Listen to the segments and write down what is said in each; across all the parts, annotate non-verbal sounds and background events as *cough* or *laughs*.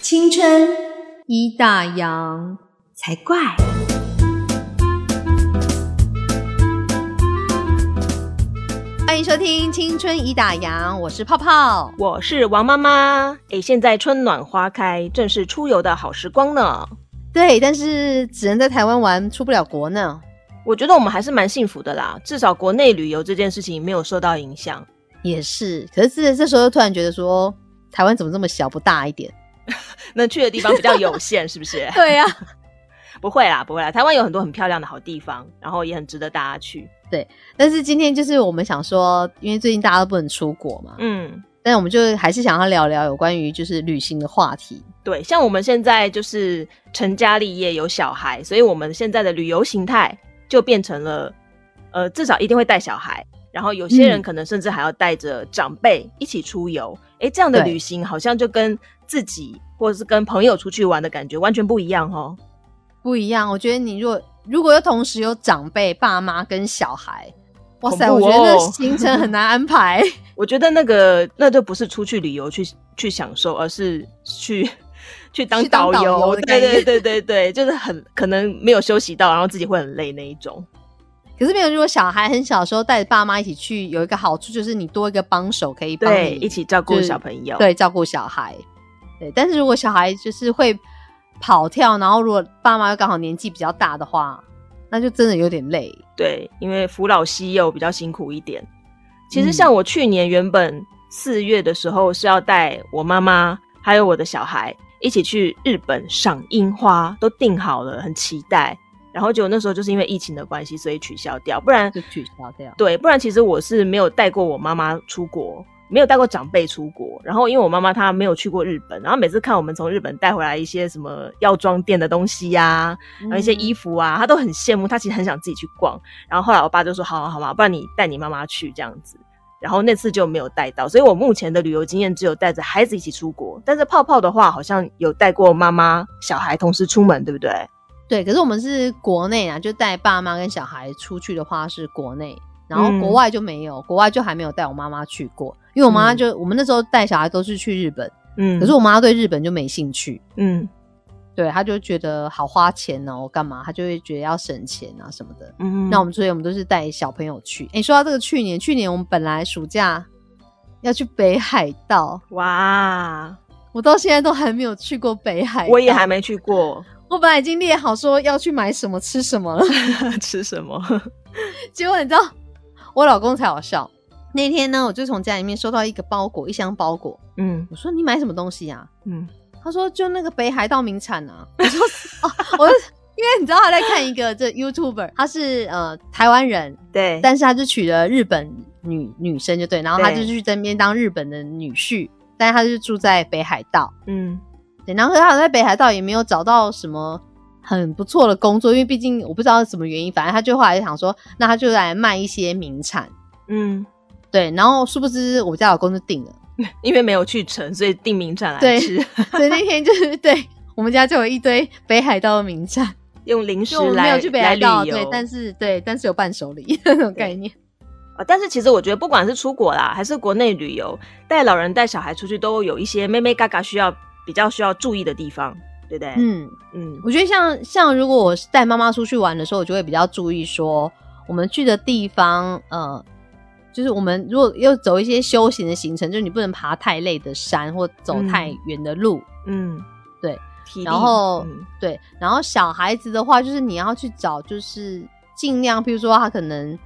青春一大洋。才怪。欢迎收听《青春已打烊》，我是泡泡。我是王妈妈。诶，现在春暖花开，正是出游的好时光呢。对，但是只能在台湾玩，出不了国呢。我觉得我们还是蛮幸福的啦，至少国内旅游这件事情没有受到影响。也是，可是这时候突然觉得说，台湾怎么这么小，不大一点？能去的地方比较有限，是不是？ *laughs* 对啊呀、不会啦，不会啦，台湾有很多很漂亮的好地方，然后也很值得大家去。 *laughs* 但是今天就是我们想说，因为最近大家都不能出国嘛，嗯，但我们就还是想要聊聊有关于就是旅行的话题。对，像我们现在就是成家立业，有小孩，所以我们现在的旅游形态就变成了，呃，至少一定会带小孩，然后有些人嗯可能甚至还要带着长辈一起出游。诶，这样的对旅行好像就跟自己或者是跟朋友出去玩的感觉完全不一样哦。不一样，我觉得你如果如果又同时有长辈、爸妈跟小孩，哇塞，恐怖我哦觉得那行程很难安 *laughs* 排。我觉得那个那就不是出去旅游去去享受，而是去去当去当导游。游的对概念对对对对，就是很可能没有休息到，然后自己会很累那一种。可是没有，如果小孩很小的时候带着爸妈一起去，有一个好处就是你多一个帮手可以帮对，你一起照顾就是小朋友。对照顾小孩。对，但是如果小孩就是会跑跳，然后如果爸妈又刚好年纪比较大的话，那就真的有点累。对，因为扶老西幼比较辛苦一点。其实嗯像我去年原本四月的时候是要带我妈妈还有我的小孩一起去日本赏樱花，都订好了，很期待。然后结果那时候就是因为疫情的关系，所以取消掉。不然就取消掉对，不然其实我是没有带过我妈妈出国，没有带过长辈出国。然后因为我妈妈她没有去过日本，然后每次看我们从日本带回来一些什么药妆店的东西呀、嗯然后一些衣服啊，她都很羡慕，她其实很想自己去逛。然后后来我爸就说：“好啊好嘛，不然你带你妈妈去这样子。”然后那次就没有带到，所以我目前的旅游经验只有带着孩子一起出国。但是泡泡的话，好像有带过妈妈、小孩同时出门，对不对？对，可是我们是国内啊，就带爸妈跟小孩出去的话是国内，然后嗯国外就没有，国外就还没有带我妈妈去过，因为我妈妈就、我们那时候带小孩都是去日本，嗯，可是我妈妈对日本就没兴趣，嗯对，她就觉得好花钱哦，干嘛？她就会觉得要省钱啊什么的。嗯，那我们所以我们都是带小朋友去。诶，说到这个，去年去年我们本来暑假要去北海道，哇，我到现在都还没有去过北海道，我也还，没去 *laughs* 过。我本来已经列好说要去买什么吃什么了。吃什么？结果你知道， *laughs* 我老公才好笑。那天呢，我就从家里面收到一个包裹，一箱包裹。 *laughs* 嗯我说你买什么东西啊？嗯，他说就那个北海道名产啊。 *laughs* 我说哦，我就因为你知道他在看一个这 YouTuber，他是呃台湾人，对，但是他就娶了日本女女生就对，然后他就对去这边当日本的女婿，但是他就住在北海道。嗯对，然后他好像在北海道也没有找到什么很不错的工作，因为毕竟我不知道什么原因，反正他就后来想说，那他就来卖一些名产，嗯， *laughs* 对，然后殊不知我家老公就定了，因为没有去成，所以订名产来对 *laughs* 吃，所以那天就是 *laughs* 对我们家就有一堆北海道的名产，用零食就我们没来有去北海道，来旅游。对，但是对，但是有伴手礼 *laughs* 那种概念，呃但是其实我觉得，不管是出国啦，还是国内旅游，带老人带小孩出去，都有一些妹妹嘎嘎需要比较需要注意的地方，对不对？嗯，嗯我觉得像像如果我是带妈妈出去玩的时候，我就会比较注意说我们去的地方，呃，就是我们如果要走一些休闲的行程，就是你不能爬太累的山或走嗯太远的路，嗯，对体力。然后嗯对，然后小孩子的话，就是你要去找，就是尽量，譬如说他可能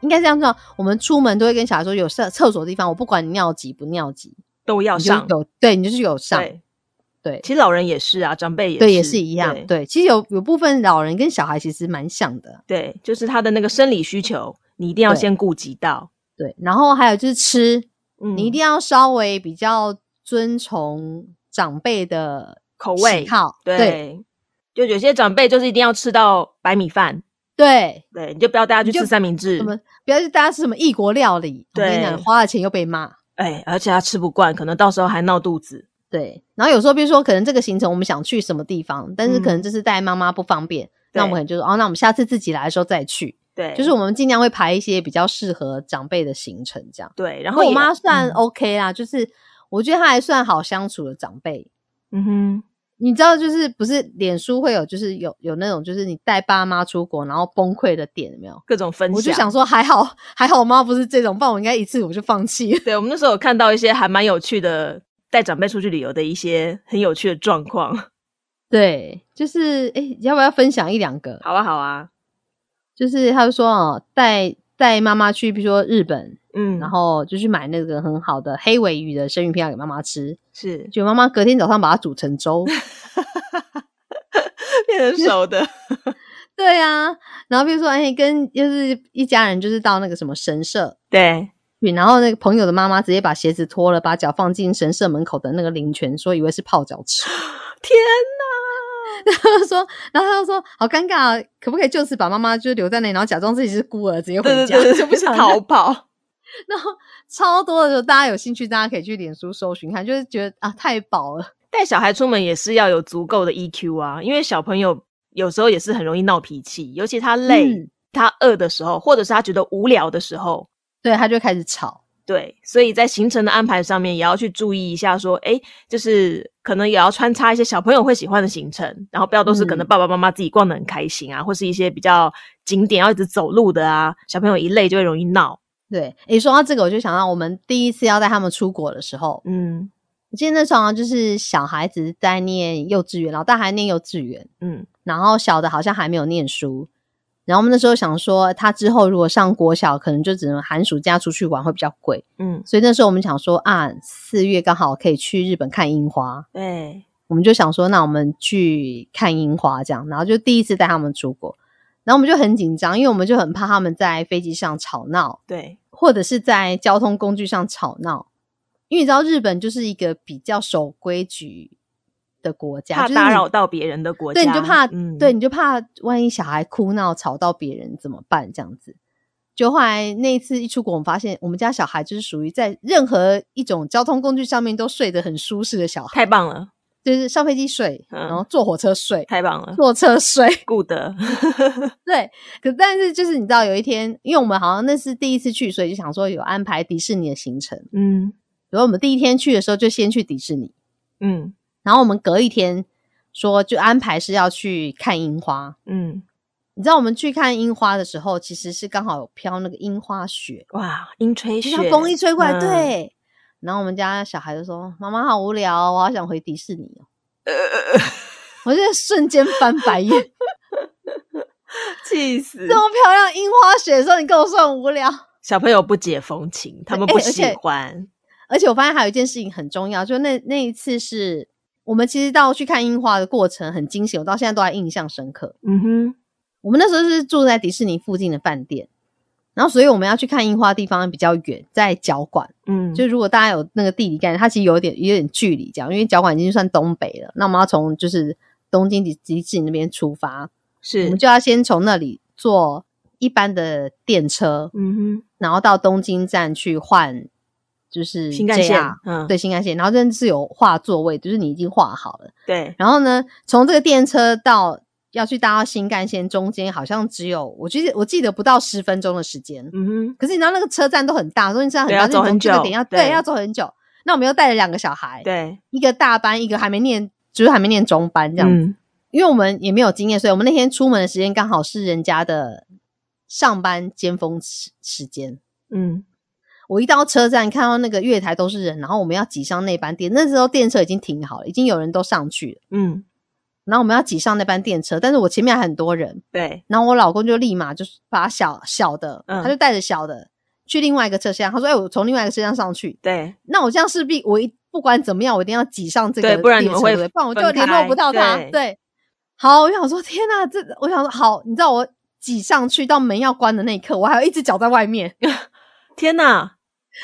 应该这样说，我们出门都会跟小孩说，有厕厕所的地方，我不管你尿急不尿急，都要你就是上，有对你就是有上，对，对其实老人也是啊，长辈也对也是一样，对对，其实有有部分老人跟小孩其实蛮像的，对，就是他的那个生理需求，你一定要对先顾及到，对，然后还有就是吃，嗯你一定要稍微比较遵从长辈的口味喜好，对对，就有些长辈就是一定要吃到白米饭，对，对，你就不要带他去你就吃三明治什，么不要去大家吃什么异国料理，我跟你讲，对花了钱又被骂。哎，而且他吃不惯，可能到时候还闹肚子。对，然后有时候比如说，可能这个行程我们想去什么地方，但是可能嗯这次带妈妈不方便，那我们对可能就说哦，那我们下次自己来的时候再去。对，就是我们尽量会排一些比较适合长辈的行程，这样。对，然然后后我也妈算嗯 OK 啦，就是我觉得她还算好相处的长辈，嗯哼，你知道，就是不是脸书会有，就是有有那种，就是你带爸妈出国然后崩溃的点，有没有？各种分享。我就想说，还好还好，我妈不是这种，不然我应该一次我就放弃 *laughs* 了。对我们那时候有看到一些还蛮有趣的，带长辈出去旅游的一些很有趣的状况。 *laughs* 对，就是哎、要不要分享一两个？好啊，好啊，就是他就说哦，带带妈妈去，比如说日本，嗯，然后就去买那个很好的黑尾鱼的生鱼片要给妈妈吃，是结果妈妈隔天早上把它煮成 *laughs* 粥。变成熟的，对啊，然后比如说，哎、跟就是一家人就是到那个什么神社， *laughs* 对，对，然后那个朋友的妈妈直接把鞋子脱了，把脚放进神社门口的那个灵泉，说以为是泡脚池， *laughs* 天他就说，然后他就说好尴尬、啊，可不可以就此把妈妈就留在那里，然后假装自己是孤儿，直接哪，回对对家，对，就就不不是想逃跑， *laughs* 然后超多的时候，大家有兴趣，大家可以去脸书搜寻看，就是觉得啊太饱了，带小孩出门也是要有足够的 EQ 啊，因为小朋友有时候也是很容易闹脾气，尤其他累、嗯他饿的时候，或者是他觉得无聊的时候，对，他就开始吵，对，所以在行程的安排上面也要去注意一下，说，哎，就是可能也要穿插一些小朋友会喜欢的行程，然后不要都是可能嗯爸爸妈妈自己逛得很开心啊，或是一些比较景点要一直走路的啊，小朋友一累就会容易闹，对，诶，说到这个，我就想到我们第一次要带他们出国的时候，嗯我记得那时候好像就是小孩子在念幼稚园，老大还念幼稚园，嗯，然后小的好像还没有念书。然后我们那时候想说，他之后如果上国小，可能就只能寒暑假出去玩会比较贵，嗯，所以那时候我们想说啊，四月刚好可以去日本看樱花，对，我们就想说，那我们去看樱花这样，然后就第一次带他们出国，然后我们就很紧张，因为我们就很怕他们在飞机上吵闹，对，或者是在交通工具上吵闹，因为你知道日本就是一个比较守规矩的国家，怕就是打你扰到别人的国家，对，你就怕，嗯，对，，你就怕万一小孩哭闹吵到别人怎么办？这样子。就后来那一次一出国，我们发现我们家小孩就是属于在任何一种交通工具上面都睡得很舒适的小孩，太棒了，就是上飞机睡，嗯然后坐火车睡，太棒了，坐车睡。 *laughs* 顾得，对，可但是就是你知道有一天，因为我们好像那是第一次去，所以就想说有安排迪士尼的行程。嗯然后我们第一天去的时候就先去迪士尼，嗯然后我们隔一天说就安排是要去看樱花。嗯，你知道我们去看樱花的时候，其实是刚好有飘那个樱花雪，哇，阴吹就雪，像风一吹过来，嗯，对。然后我们家小孩就说：“妈妈好无聊哦，我好想回迪士尼哦。 *laughs* 呃，”我就瞬间翻白眼， *laughs* *laughs* 气死这！么漂亮樱花雪的时候，你跟我说很无聊。小朋友不解风情，他们哎不而喜且欢。而且我发现还有一件事情很重要，就那那一次是我们其实到去看樱花的过程很惊喜，我到现在都还印象深刻。嗯哼，我们那时候是住在迪士尼附近的饭店，然后所以我们要去看樱花的地方比较远，在脚馆。嗯，就如果大家有那个地理概念，它其实有点有点距离这样，因为脚馆已经算东北了，那我们要从就是东京迪迪士尼那边出发，我是们，就要先从那里坐一般的电车，嗯然后到东京站去换就是哼，新干线 JR，嗯，对新干线，然后真的是有画座位，就是你已经画好了。对，然后呢，从这个电车到要去搭到新干线中间，好像只有我记得我记得不到十分钟的时间。嗯哼，可是你知道那个车站都很大，中间站很对大，要所以你走从很这个久点要对对要走很久。那我们又带了两个小孩，对，一个大班，一个还没念，就是还没念中班这样子。嗯，因为我们也没有经验，所以我们那天出门的时间刚好是人家的上班尖峰时时间。嗯，我一到车站，看到那个月台都是人，然后我们要挤上那班电，那时候电车已经停好了，已经有人都上去了，嗯，然后我们要挤上那班电车，但是我前面还很多人，对，然后我老公就立马就是把小小的，嗯他就带着小的去另外一个车厢，他说：“哎、我从另外一个车厢上去，对，那我这样势必我一不管怎么样，我一定要挤上这个对电车，不然你们会对不对不然我就分联开络不到他。对好，我想说，天哪、这我想说，好，你知道我挤上去到门要关的那一刻，我还有一只脚在外面， *laughs* 天哪，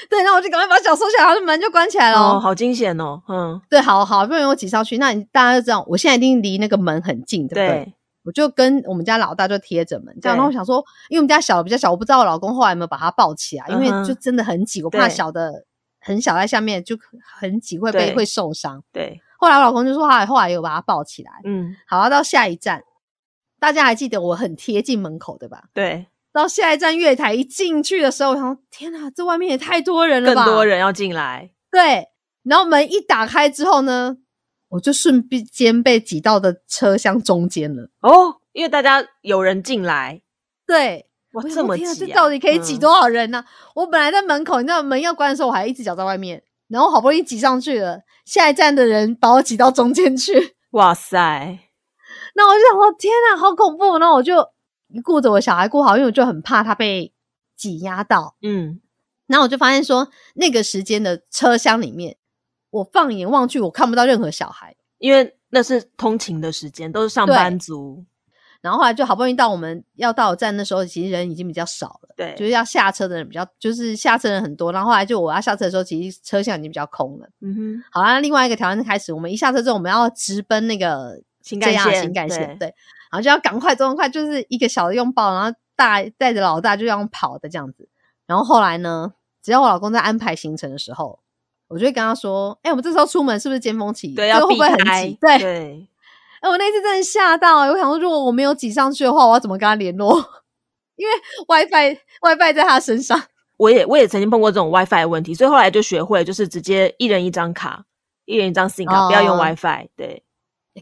对，那我就赶快把脚收起来，然后门就关起来了。哦，好惊险哦，嗯，对，好好，不然我挤上去，那你大家就知道，我现在一定离那个门很近，对不对？对，我就跟我们家老大就贴着门，这样。对然后我想说，因为我们家小的比较小，我不知道我老公后来有没有把他抱起啊来，因为嗯哼就真的很挤，我怕对小的很小在下面就很挤，会被对会受伤。对，后来我老公就说他后来有把他抱起来。嗯，好，啊到下一站，大家还记得我很贴近门口对吧？对，到下一站月台一进去的时候，我想说天哪，这外面也太多人了更吧？多人要进来，对，然后门一打开之后呢，我就顺便间被挤到的车厢中间了。哦，因为大家有人进来，对，我哇，想这说么天啊这挤、啊，到底可以挤嗯？多少人呢、我本来在门口，你知道门要关的时候，我还一只脚在外面，然后好不容易挤上去了，下一站的人把我挤到中间去， *laughs* 哇塞，那我就想说天啊，好恐怖！然后我就顾着我小孩顾好，因为我就很怕他被挤压到。嗯，然后我就发现说，那个时间的车厢里面，我放眼望去，我看不到任何小孩。因为那是通勤的时间，都是上对班族，然后后来就好不容易到我们要到站的时候，其实人已经比较少了。对，就是要下车的人比较，就是下车的人很多。然后后来就我要下车的时候，其实车厢已经比较空了。嗯哼，好啊啦，那另外一个条件是开始，我们一下车之后，我们要直奔那个情感 JR 线，新干线，对，对，然后就要赶快，这么快，就是一个小的拥抱，然后大带着老大就要用跑的这样子。然后后来呢，只要我老公在安排行程的时候，我就会跟他说：“哎、我们这时候出门是不是尖峰期？这对，要会避不会开很挤？”对，哎、对，我那次真的吓到、欸我想说，如果我没有挤上去的话，我要怎么跟他联络？ *laughs* 因为 WiFi WiFi 在他身上。我也我也曾经碰过这种 WiFi 的问题，所以后来就学会就是直接一人一张卡，一人一张 SIM 卡，不要用哦 WiFi。对，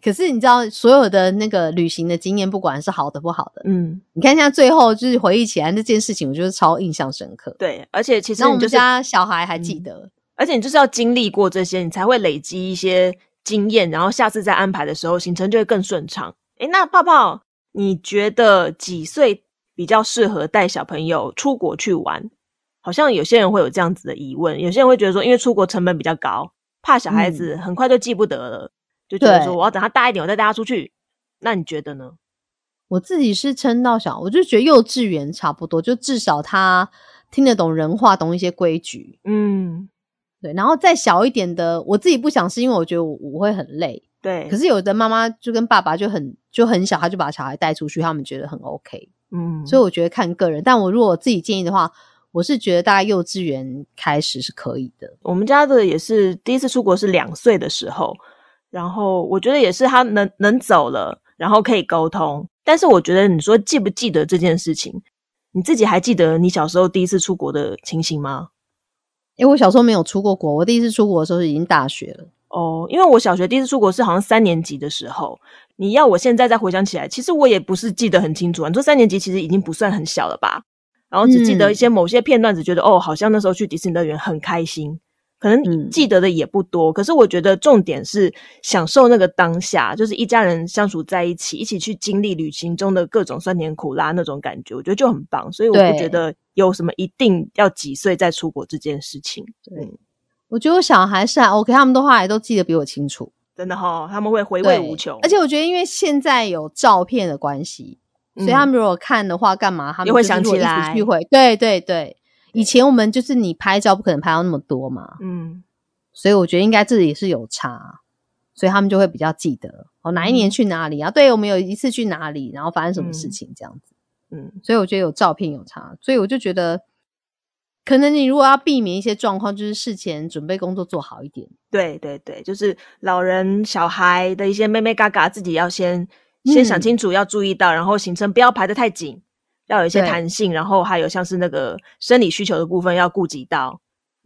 可是你知道，所有的那个旅行的经验，不管是好的不好的，嗯，你看现在最后就是回忆起来这件事情，我就是超印象深刻。对，而且其实然后我你就们是，家小孩还记嗯得，而且你就是要经历过这些，你才会累积一些经验，然后下次再安排的时候，行程就会更顺畅。诶，那泡泡，你觉得几岁比较适合带小朋友出国去玩？好像有些人会有这样子的疑问，有些人会觉得说，因为出国成本比较高，怕小孩嗯子很快就记不得了，就觉得说对我要等他大一点，我再带他出去。那你觉得呢？我自己是撑到小，我就觉得幼稚园差不多，就至少他听得懂人话，懂一些规矩。嗯，对，然后再小一点的，我自己不想，是因为我觉得我我会很累。对，可是是有的妈妈就跟爸爸就很就很小，他就把小孩带出去，他们觉得很 OK。嗯，所以我觉得看个人，但我如果我自己建议的话，我是觉得大概幼稚园开始是可以的。我们家的也是第一次出国是两岁的时候，然后我觉得也是他能能走了，然后可以沟通。但是我觉得你说记不记得这件事情，你自己还记得你小时候第一次出国的情形吗？因为我小时候没有出过国，我第一次出国的时候是已经大学了。哦，因为我小学第一次出国是好像三年级的时候，你要我现在再回想起来，其实我也不是记得很清楚啊。你说三年级其实已经不算很小了吧？然后只记嗯得一些某些片段，只觉得、哦，好像那时候去迪士尼乐园很开心，可能嗯记得的也不多。可是我觉得重点是享受那个当下，就是一家人相处在一起，一起去经历旅行中的各种酸甜苦辣那种感觉，我觉得就很棒。所以我不对觉得有什么一定要几岁再出国这件事情，对嗯我觉得我小孩是还 OK，他们的话还都记得比我清楚。真的哈、他们会回味对，无穷，而且我觉得，因为现在有照片的关系，所以嗯他们如果看的话，干嘛他们又会就是想如果起一起来聚会，对对对。以前我们就是你拍照不可能拍到那么多嘛，嗯。所以我觉得应该这里是有差，所以他们就会比较记得哦，哪一年嗯去哪里啊？对，我们有一次去哪里，然后发生什么事嗯情这样子。嗯所以我觉得有照片有差，所以我就觉得，可能你如果要避免一些状况，就是事前准备工作做好一点。，对对对，就是老人、小孩的一些妹妹嘎嘎，自己要先先想嗯清楚，要注意到，然后行程不要排得太紧，要有一些对弹性，然后还有像是那个生理需求的部分要顾及到，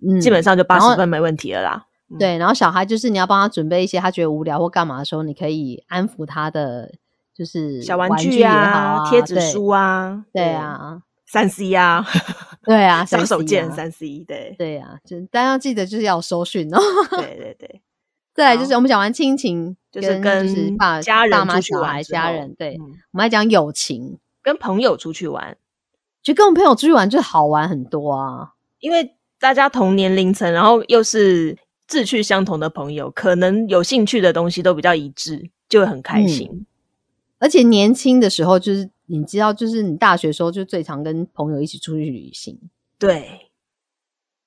嗯，基本上就八然后十分没问题了啦。嗯对，然后小孩就是你要帮他准备一些他觉得无聊或干嘛的时候，你可以安抚他的，就是小嗯玩玩具也好啊，贴纸对书，啊，对，啊，三 C 啊，对啊，杀手 3C 锏啊三 C，对对啊，就但要记得就是要有收讯哦。对对对，再来就是好我们讲完亲情，就是跟就是跟爸家爸人妈、出去小玩孩、之家后人，对，嗯我们来讲友情，跟朋友出去玩，就跟我朋友出去玩就好玩很多啊。因为大家同年龄层，然后又是志趣相同的朋友，可能有兴趣的东西都比较一致，就会很开嗯心。而且年轻的时候，就是你知道，就是你大学的时候就最常跟朋友一起出去旅行。对，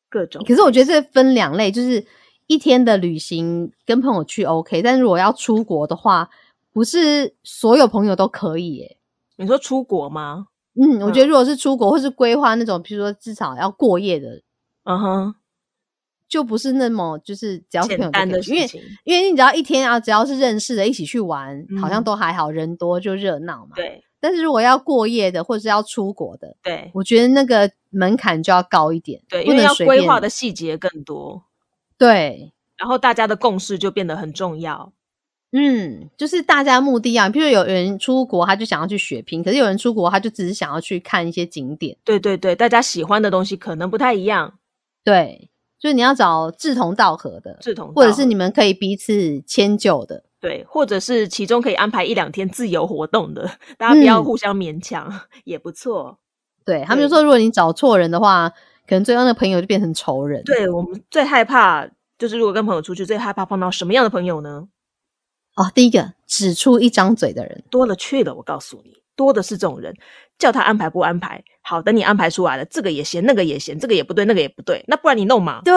各种。可是我觉得这分两类，就是一天的旅行跟朋友去 OK，但如果要出国的话，不是所有朋友都可以耶、你说出国吗？嗯，我觉得如果是出国或是规划那种，比如说至少要过夜的，嗯哼，就不是那么就是只要是朋友简都可单以的去，因事为情。因为你只要一天啊，只要是认识的一起去玩，好像嗯都还好，人多就热闹嘛。对但是如果要过夜的或者是要出国的，对我觉得那个门槛就要高一点，对，不因为能要随规便划的细节更多，对然后大家的共识就变得很重要。嗯，就是大家目的一样，譬如有人出国，他就想要去血拼；可是有人出国，他就只是想要去看一些景点。对对对，大家喜欢的东西可能不太一样，对，就是你要找志同道合的，志同道或者是你合们可以彼此迁就的。对，或者是其中可以安排一两天自由活动的，大家不要嗯互相勉强，也不错。对他们就对说，如果你找错人的话，可能最后那个朋友就变成仇人。对我们最害怕就是如果跟朋友出去，最害怕碰到什么样的朋友呢？哦，第一个只出一张嘴的人，多了去了，我告诉你，多的是这种人，叫他安排不安排。好，等你安排出来了，这个也嫌，那个也嫌，这个也不对，那个也不对，那不然你弄嘛。对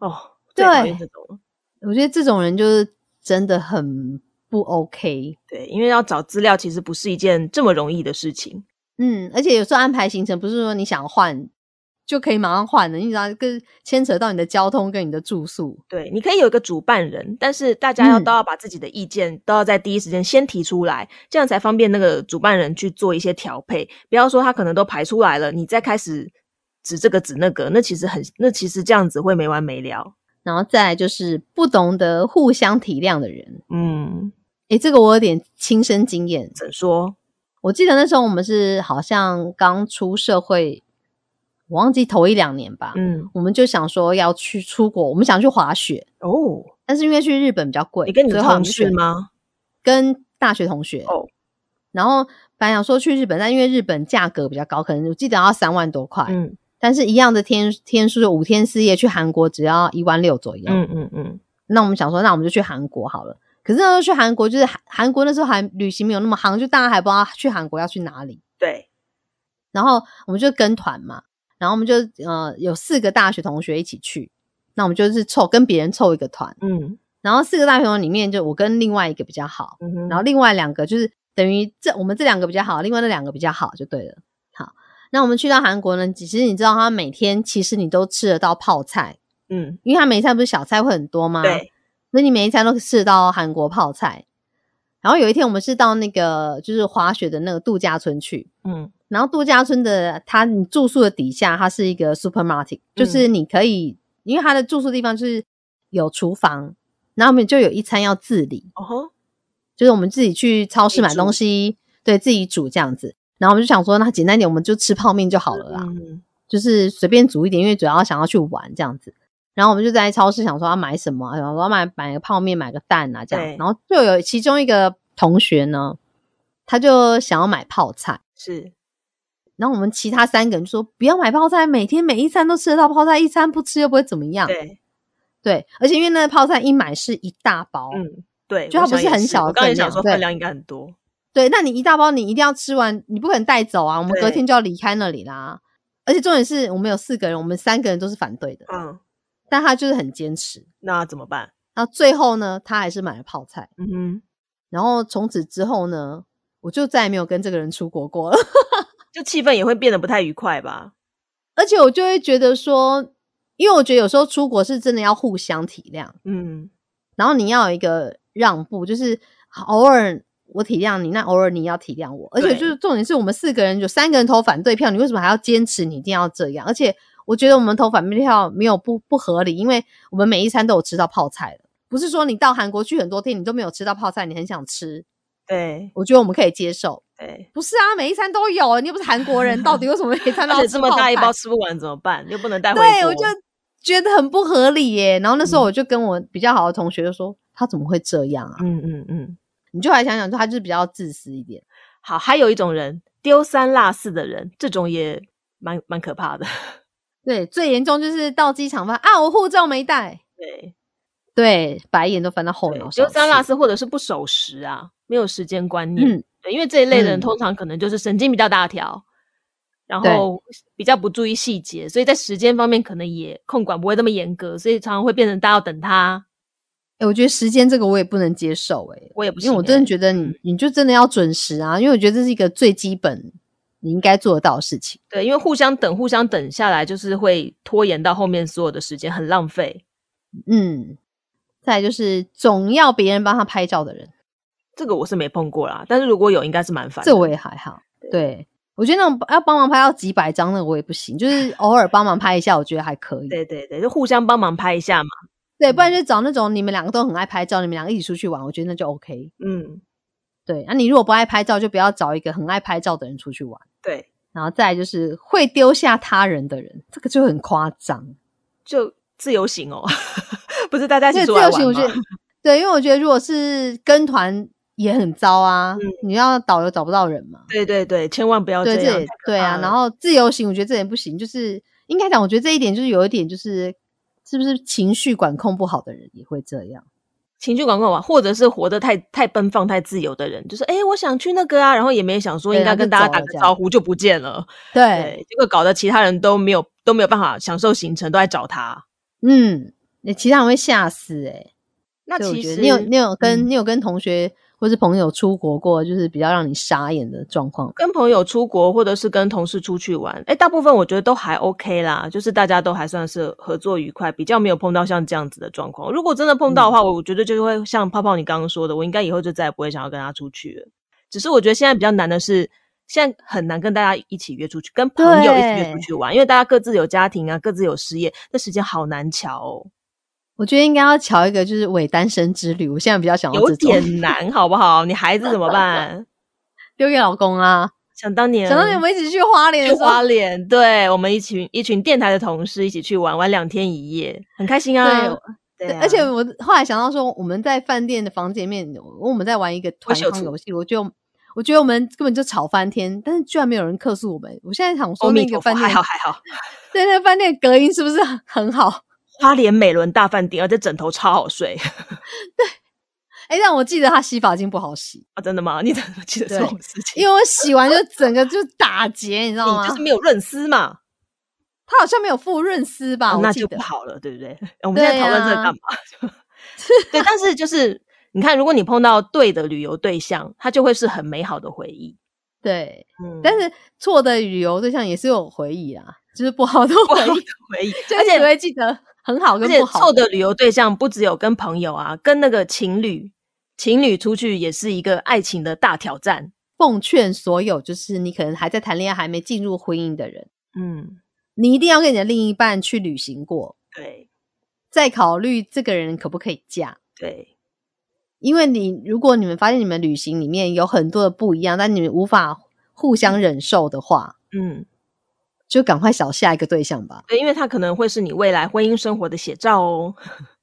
哦，最讨厌对这种了。我觉得这种人就是真的很不 OK。对，因为要找资料其实不是一件这么容易的事情。嗯，而且有时候安排行程不是说你想换就可以马上换的，你知道，跟牵扯到你的交通跟你的住宿。对，你可以有一个主办人，但是大家要嗯都要把自己的意见都要在第一时间先提出来，这样才方便那个主办人去做一些调配。不要说他可能都排出来了，你再开始指这个指那个，那其实很，那其实这样子会没完没了。然后再来就是不懂得互相体谅的人，嗯，诶，这个我有点亲身经验。怎说？我记得那时候我们是好像刚出社会，我忘记头一两年吧，嗯，我们就想说要去出国，我们想去滑雪，哦，但是因为去日本比较贵，你跟你所的以后来我同们事选吗？跟大学同学哦然后本来想说去日本，但因为日本价格比较高，可能我记得要三万多块，嗯但是一样的天天数，五天四夜去韩国只要一万六左右。嗯嗯嗯，那我们想说，那我们就去韩国好了。可是那时候去韩国，就是韩韩国那时候还旅行没有那么夯，就大家还不知道去韩国要去哪里。对，然后我们就跟团嘛，然后我们就呃有四个大学同学一起去，那我们就是凑跟别人凑一个团，嗯然后四个大学同学里面就我跟另外一个比较好，嗯哼，然后另外两个就是等于这我们这两个比较好，另外那两个比较好就对了。好，那我们去到韩国呢，其实你知道他每天其实你都吃得到泡菜，嗯，因为他每一餐不是小菜会很多吗？对，所以你每一餐都吃得到韩国泡菜。然后有一天我们是到那个就是滑雪的那个度假村去，嗯然后度假村的它你住宿的底下，它是一个 supermarket，就是你可以，因为它的住宿地方就是有厨房，然后我们就有一餐要自理，哦吼，就是我们自己去超市自己买东煮西，对自己煮这样子。然后我们就想说，那简单一点，我们就吃泡面就好了啦，嗯就是随便煮一点，因为主要想要去玩这样子。然后我们就在超市想说要买什么啊，想说要买买个泡面，买个蛋啊这样对。然后就有其中一个同学呢，他就想要买泡菜。是，然后我们其他三个人就说不要买泡菜，每天每一餐都吃得到泡菜，一餐不吃又不会怎么样。对，对而且因为那个泡菜一买是一大包，嗯对，哦就我它不想是也很小的我刚才分想量说对分量应该很多，对，那你一大包你一定要吃完，你不可能带走啊，我们隔对天就要离开那里啦。而且重点是我们有四个人，我们三个人都是反对的，嗯，但他就是很坚持。那怎么办？然后最后呢，他还是买了泡菜。嗯哼，然后从此之后呢，我就再也没有跟这个人出国过了。 *laughs* 就气氛也会变得不太愉快吧？而且我就会觉得说，因为我觉得有时候出国是真的要互相体谅。嗯，然后你要有一个让步，就是偶尔我体谅你，那偶尔你要体谅我。而且对就是重点是我们四个人有三个人投反对票，你为什么还要坚持你一定要这样？而且我觉得我们投反对票没有不不合理，因为我们每一餐都有吃到泡菜的，不是说你到韩国去很多天你都没有吃到泡菜，你很想吃，对我觉得我们可以接受。对，不是啊，每一餐都有，你又不是韩国人，到底为什么每一餐都 *laughs* 而要且吃这么泡大一菜包吃不完怎么办？又不能带回对，国我就觉得很不合理耶。然后那时候嗯我就跟我比较好的同学就说，他怎么会这样啊？嗯嗯嗯，你就来想想，他就是比较自私一点。好，还有一种人丢三落四的人，这种也蛮蛮可怕的。 *laughs* 对，最严重就是到机场发现啊，我护照没带，对，对，白眼都翻到后对脑勺丢去。三落四或者是不守时啊，没有时间观念。嗯，对，因为这一类的人嗯通常可能就是神经比较大条，然对后比较不注意细节，所以在时间方面可能也控管不会这么严格，所以常常会变成大家要等他。哎、我觉得时间这个我也不能接受、诶，我也不行、因为我真的觉得你、嗯你就真的要准时啊，因为我觉得这是一个最基本你应该做得到的事情。对，因为互相等，互相等下来就是会拖延到后面所有的时间，很浪费。嗯，再来就是总要别人帮他拍照的人，这个我是没碰过啦，但是如果有，应该是蛮烦的。这我也还好。对，我觉得那种要帮忙拍到几百张那个我也不行，就是偶尔帮忙拍一下，我觉得还可以。对对对，就互相帮忙拍一下嘛。对，不然就找那种你们两个都很爱拍照，你们两个一起出去玩，我觉得那就 OK。嗯，对，那、啊你如果不爱拍照，就不要找一个很爱拍照的人出去玩。对，然后再来就是会丢下他人的人，这个就很夸张。就自由行哦， *laughs* 不是大家一对起自出来由玩行，我觉吗得？对，因为我觉得如果是跟团也很糟嗯啊，你要导游找不到人嘛。对对对，千万不要对，哦这样这也。对啊。然后自由行，我觉得这也不行，就是应该讲，我觉得这一点就是有一点就是。是不是情绪管控不好的人也会这样？情绪管控吧，啊或者是活得太太奔放、太自由的人，就是哎、诶我想去那个啊，然后也没想说对应该然后跟就大家走打了这个样招呼就不见了，对，结果搞得其他人都没有都没有办法享受行程，都在找他。嗯，你其他人会吓死哎、那所以我其觉实得你有你有跟、嗯你有跟同学或是朋友出国过，就是比较让你傻眼的状况吗。跟朋友出国，或者是跟同事出去玩，哎、大部分我觉得都还 OK 啦，就是大家都还算是合作愉快，比较没有碰到像这样子的状况。如果真的碰到的话，嗯我觉得就会像泡泡你刚刚说的，我应该以后就再也不会想要跟他出去了。只是我觉得现在比较难的是，现在很难跟大家一起约出去，跟朋友一起约出对去玩，因为大家各自有家庭啊，各自有事业，这时间好难瞧哦，我觉得应该要瞧一个就是伪单身之旅，我现在比较想要有哦这种点难，好不好？你孩子怎么办？丢给老公啊。想当年，想到你们一起去花莲嗯去的时候花，莲，对我们一群一群电台的同事一起去玩，玩两天一夜，很开心啊。对对啊而且我后来想到说，我们在饭店的房间里面，我我们在玩一个团秀康出游戏，我觉得我觉得我们根本就吵翻天，但是居然没有人客诉我们。我现在想阿说，那弥个陀佛，饭还店好还好，对那个饭店隔音是不是很很好？花莲美伦大饭店，而且枕头超好睡 *laughs* 哎、但我记得他洗发精不好洗，啊！真的吗？你怎么记得这种事情？因为我洗完就整个就打结，你知道吗？你就是没有润丝嘛，他好像没有附润丝吧？啊我那记就得啊不。好了，对不对？哎我们现在讨论这个干嘛？ *laughs* 对，但是就是你看，如果你碰到对的旅游对象，它就会是很美好的回忆。对，嗯，但是错的旅游对象也是有回忆啊，就是不好的不好回的忆，回忆，就而一且直会记得很好而跟且不好凑。的旅游对象不只有跟朋友啊，跟那个情侣，情侣出去也是一个爱情的大挑战。奉劝所有就是你可能还在谈恋爱、还没进入婚姻的人，嗯，你一定要跟你的另一半去旅行过，对再考虑这个人可不可以嫁。对，因为你如果你们发现你们旅行里面有很多的不一样，但你们无法互相忍受的话，嗯，就赶快找下一个对象吧。对，因为它可能会是你未来婚姻生活的写照哦。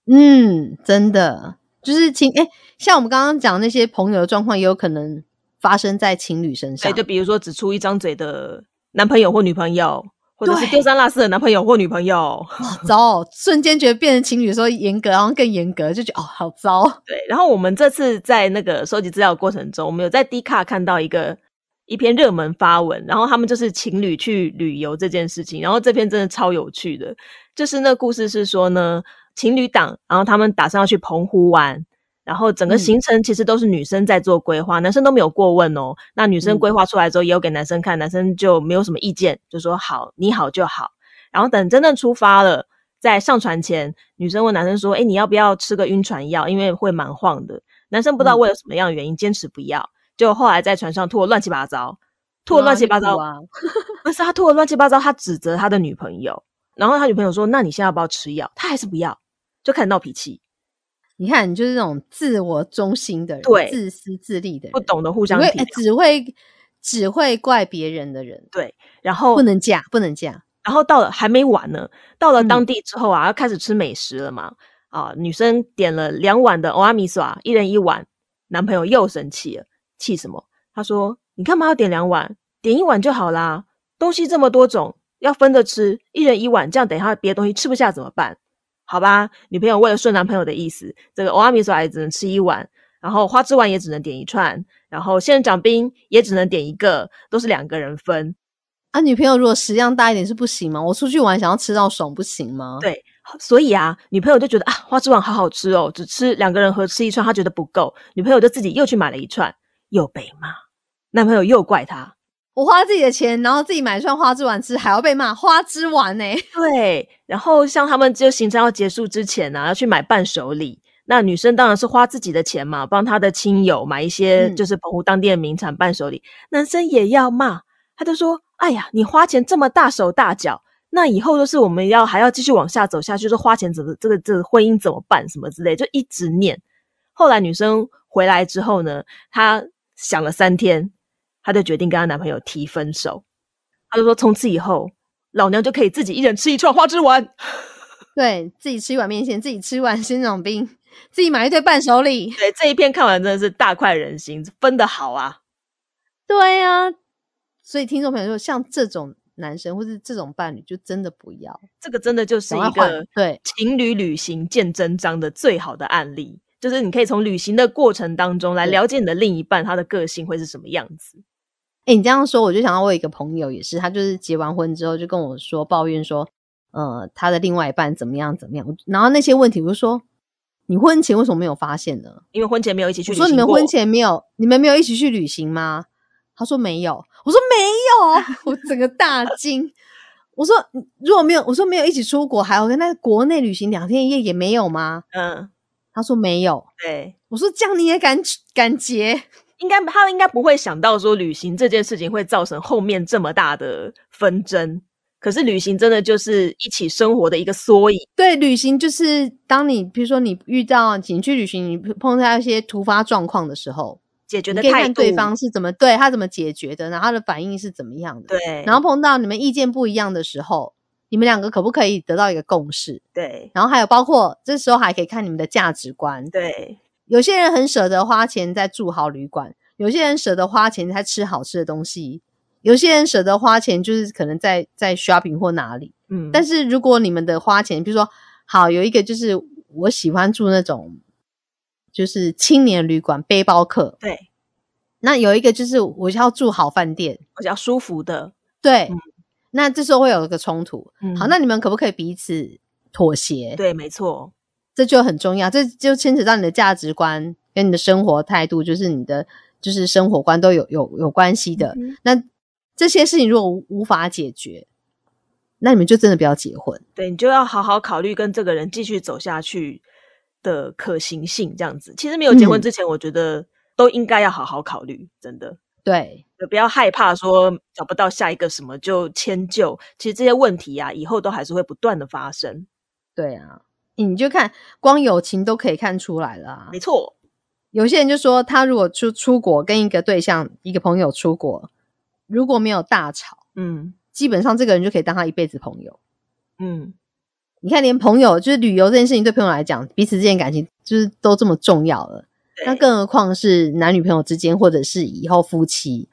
嗯，真的就是情哎、像我们刚刚讲那些朋友的状况，也有可能发生在情侣身哎对，上。就比如说只出一张嘴的男朋友或女朋友，或者是对丢三落四的男朋友或女朋友。哦糟，瞬间觉得变成情侣的时候严格，然后更严格，就觉得哦，好糟。对，然后我们这次在那个收集资料的过程中，我们有在 D 卡看到一个一篇热门发文，然后他们就是情侣去旅游这件事情，然后这篇真的超有趣的，就是那故事是说呢，情侣档，然后他们打算要去澎湖玩。然后整个嗯行程其实都是女生在做规划，男生都没有过问哦。那女生嗯规划出来之后，也有给男生看，男生就没有什么意见，就说好，你好就好。然后等真正出发了，在上船前，女生问男生说：“哎，你要不要吃个晕船药？因为会蛮晃的。”男生不知道嗯为了什么样的原因坚持不要，就后来在船上吐的乱七八糟，吐 *laughs* 的乱七八糟。啊！你不是他吐的乱七八糟，他指责他的女朋友，然后他女朋友说：“那你现在要不要吃药？”他还是不要，就开始闹脾气，你看，你就是那种自我中心的人，对自私自利的人，不懂得互只相会、体哎谅。只会只会怪别人的人，然后不能嫁，不能嫁。然后到了还没完呢，到了嗯当地之后啊，要开始吃美食了嘛。啊，女生点了两碗的欧阿米索啊，一人一碗，男朋友又生气了，气什么？他说：“你干嘛要点两碗？点一碗就好啦，东西这么多种，要分着吃，一人一碗，这样等一下别的东西吃不下怎么办？”好吧，女朋友为了顺男朋友的意思，这个欧阿米索也只能吃一碗，然后花枝丸也只能点一串，然后仙人掌冰也只能点一个，都是两个人分。啊，女朋友如果食量大一点是不行吗？我出去玩想要吃到爽不行吗？对，所以啊，女朋友就觉得啊，花枝丸好好吃哦，只吃两个人合吃一串，她觉得不够，女朋友就自己又去买了一串，又被骂，男朋友又怪她。我花自己的钱，然后自己买一串花枝丸吃，还要被骂花枝丸欸呢、对，然后像他们就行程要结束之前呢、啊要去买伴手礼。那女生当然是花自己的钱嘛，帮她的亲友买一些嗯就是澎湖当地的名产伴手礼。男生也要骂，他就说：“哎呀，你花钱这么大手大脚，那以后就是我们要还要继续往下走下去，就花钱怎么这个这个婚姻怎么办什么之类，就一直念。后来女生回来之后呢，她想了三天，她就决定跟她男朋友提分手。她就说从此以后，老娘就可以自己一人吃一串花枝丸。对自己吃一碗面线，自己吃一碗鲜种冰，自己买一堆伴手礼。对这一篇看完真的是大快人心，分的好啊！对呀、啊，所以听众朋友说，像这种男生或是这种伴侣，就真的不要。这个真的就是赶一快个换对情侣旅行见真章的最好的案例，就是你可以从旅行的过程当中来对了解你的另一半他的个性会是什么样子。哎、你这样说，我就想到我有一个朋友也是，他就是结完婚之后就跟我说抱怨说，呃，他的另外一半怎么样怎么样。我然后那些问题，我就说，你婚前为什么没有发现呢？因为婚前没有一起去我旅说行你们过婚前没有，你们没有一起去旅行吗？他说没有。我说 *laughs* 没有，我整个大惊。我说嗯如果没有，我说没有一起出国，还有那国内旅行两天一夜也没有吗？嗯，他说没有。对，我说这样你也敢敢结？应该他应该不会想到说旅行这件事情会造成后面这么大的纷争。可是旅行真的就是一起生活的一个缩影，对，旅行就是当你比如说你遇到你去旅行，你碰到一些突发状况的时候，解决你的可以态看度。对方是怎么对他怎么解决的，然后他的反应是怎么样的。对，然后碰到你们意见不一样的时候，你们两个可不可以得到一个共识？对然后还有包括这时候还可以看你们的价值观。对有些人很舍得花钱在住好旅馆，有些人舍得花钱在吃好吃的东西，有些人舍得花钱就是可能在在 shopping 或哪里。嗯，但是如果你们的花钱，比如说好有一个就是我喜欢住那种就是青年旅馆背包客，对，那有一个就是我要住好饭店，比较舒服的。对，嗯那这时候会有一个冲突。嗯好，那你们可不可以彼此妥协？对，没错，这就很重要，这就牵扯到你的价值观跟你的生活态度，就是你的就是生活观都有有有关系的。嗯那这些事情如果无无法解决，那你们就真的不要结婚。对你就要好好考虑跟这个人继续走下去的可行性，这样子。其实没有结婚嗯之前，我觉得都应该要好好考虑，真的，对，就不要害怕说找不到下一个什么就迁就。其实这些问题啊，以后都还是会不断的发生。对啊，你就看光友情都可以看出来了、啊没。错，有些人就说，他如果出出国跟一个对象、一个朋友出国，如果没有大吵，嗯基本上这个人就可以当他一辈子朋友。嗯，你看，连朋友就是旅游这件事情，对朋友来讲，彼此之间感情就是都这么重要了，那对更何况是男女朋友之间，或者是以后夫妻。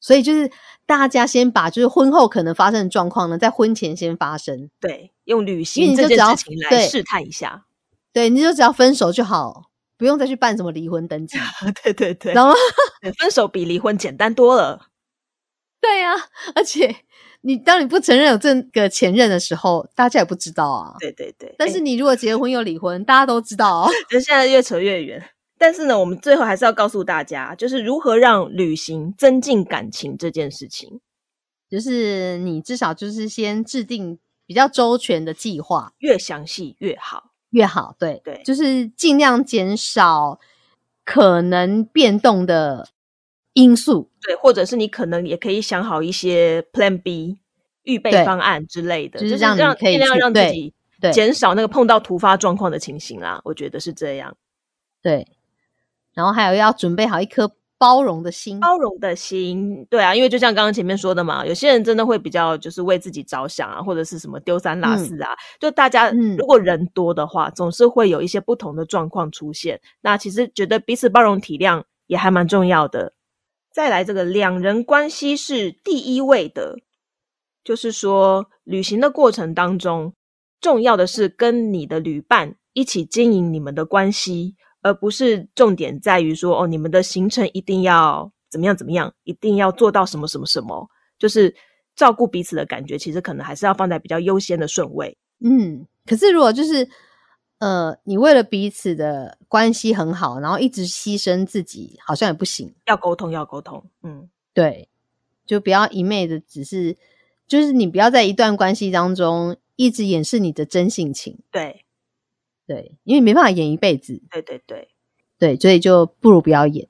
所以就是大家先把就是婚后可能发生的状况呢，在婚前先发生，对，用旅因为行你这就件只要事情来对试探一 *laughs* 下。对，你就只要分手就好，不用再去办什么离婚登 *laughs* 记，对对对，然后对分手比离婚简单多了。 *laughs* 对呀、而且你当你不承认有这个前任的时候，大家也不知道啊。对对对，但哎是你如果结婚又离婚，大家都知道哦。就现在越扯越远。但是呢，我们最后还是要告诉大家，就是如何让旅行增进感情这件事情， *laughs* 就是你至少就是先制定比较周全的计划越详细越好。越好，对对就是尽量减少可能变动的因素。对，或者是你可能也可以想好一些 Plan B 预备对方案之类的，就就是是让你可以尽量去让自对己对减少那个碰到突发状况的情形啦。我觉得是这样，对，然后还有要准备好一颗包容的心，包容的心，对啊，因为就像刚刚前面说的嘛，有些人真的会比较就是为自己着想啊，或者是什么丢三落嗯四啊。就大家嗯如果人多的话，总是会有一些不同的状况出现。那其实觉得彼此包容体谅也还蛮重要的。再来，这个两人关系是第一位的，就是说旅行的过程当中，重要的是跟你的旅伴一起经营你们的关系，而不是重点在于说哦，你们的行程一定要怎么样怎么样，一定要做到什么什么什么，就是照顾彼此的感觉，其实可能还是要放在比较优先的顺位。嗯，可是如果就是呃，你为了彼此的关系很好，然后一直牺牲自己，好像也不行。要沟通，要沟通，嗯，对，就不要一昧的只是，就是你不要在一段关系当中一直掩饰你的真性情。对，对，因为没办法演一辈子。对对对，对，所以就不如不要演。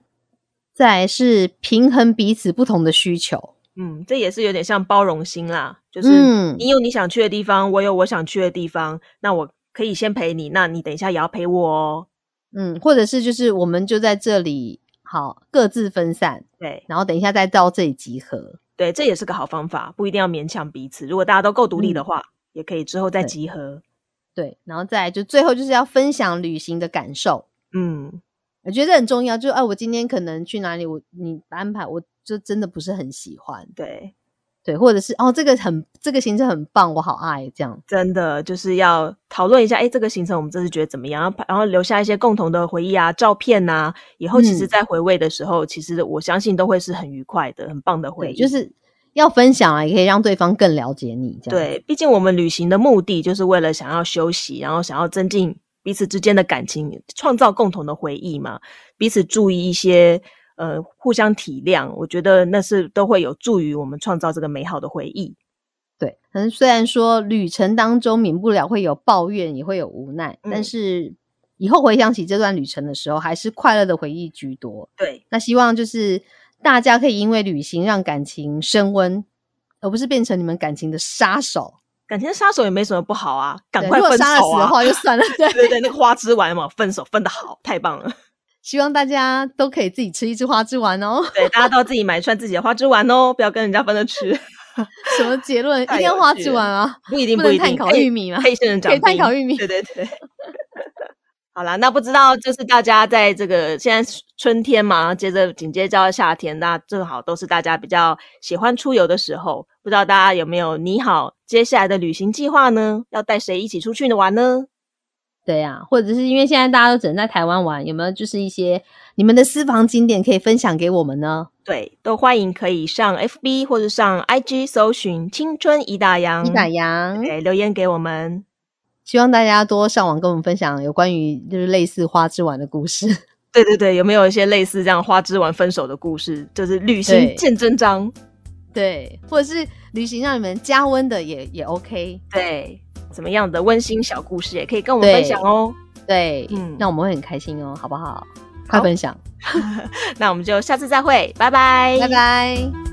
再来是平衡彼此不同的需求。嗯，这也是有点像包容心啦，就是嗯你有你想去的地方，我有我想去的地方，那我可以先陪你，那你等一下也要陪我哦。嗯，或者是就是我们就在这里好各自分散，对然后等一下再到这里集合。对，这也是个好方法，不一定要勉强彼此。如果大家都够独立的话，也可以之后再嗯对集合。对，然后再来就最后就是要分享旅行的感受，嗯，我觉得这很重要。就哎、我今天可能去哪里，我你安排，我就真的不是很喜欢，对，对，或者是哦，这个很这个行程很棒，我好爱这样。真的就是要讨论一下，哎，这个行程我们这次觉得怎么样？然后然后留下一些共同的回忆啊、照片呐、以后其实嗯在回味的时候，其实我相信都会是很愉快的、很棒的回对，忆。就是要分享啊，也可以让对方更了解你，这样。对，毕竟我们旅行的目的就是为了想要休息，然后想要增进彼此之间的感情，创造共同的回忆嘛。彼此注意一些呃互相体谅，我觉得那是都会有助于我们创造这个美好的回忆。对，可能虽然说旅程当中免不了会有抱怨，也会有无奈，嗯但是以后回想起这段旅程的时候，还是快乐的回忆居多。对，那希望就是大家可以因为旅行让感情升温，而不是变成你们感情的杀手。感情杀手也没什么不好啊，赶对快如果分杀了手死的啊！话就算了。 *laughs* 对， *laughs* 对对对，那个花枝丸嘛，分手分的好，太 *laughs* 棒了。希望大家都可以自己吃一支花枝丸哦。对，大家都要自己买串自己的花枝丸哦，不要跟人家分着 *laughs* 吃，什么结论？一太定要有花趣枝了丸啊！不一定不不能一定。碳烤可以玉米吗可以仙人掌可以冰，碳烤玉米对对对。 *laughs* 好啦，那不知道就是大家在这个现在春天嘛，然后接着紧接着要夏天，那正好都是大家比较喜欢出游的时候。不知道大家有没有你好接下来的旅行计划呢？要带谁一起出去玩呢？对呀、或者是因为现在大家都只能在台湾玩，有没有就是一些你们的私房景点可以分享给我们呢？对，都欢迎可以上 FB 或者上 IG 搜寻“青春一大洋”，一打烊，对，留言给我们。希望大家多上网跟我们分享有关于就是类似花枝丸的故事。 *laughs* 对对对，有没有一些类似这样花枝丸分手的故事？就是对旅行见真章。对，或者是旅行让你们加温的也也 OK。对，怎么样的温馨小故事也可以跟我们分享哦。对，嗯那我们会很开心哦，好不好？快分享，那我们就下次再会，拜拜，拜拜。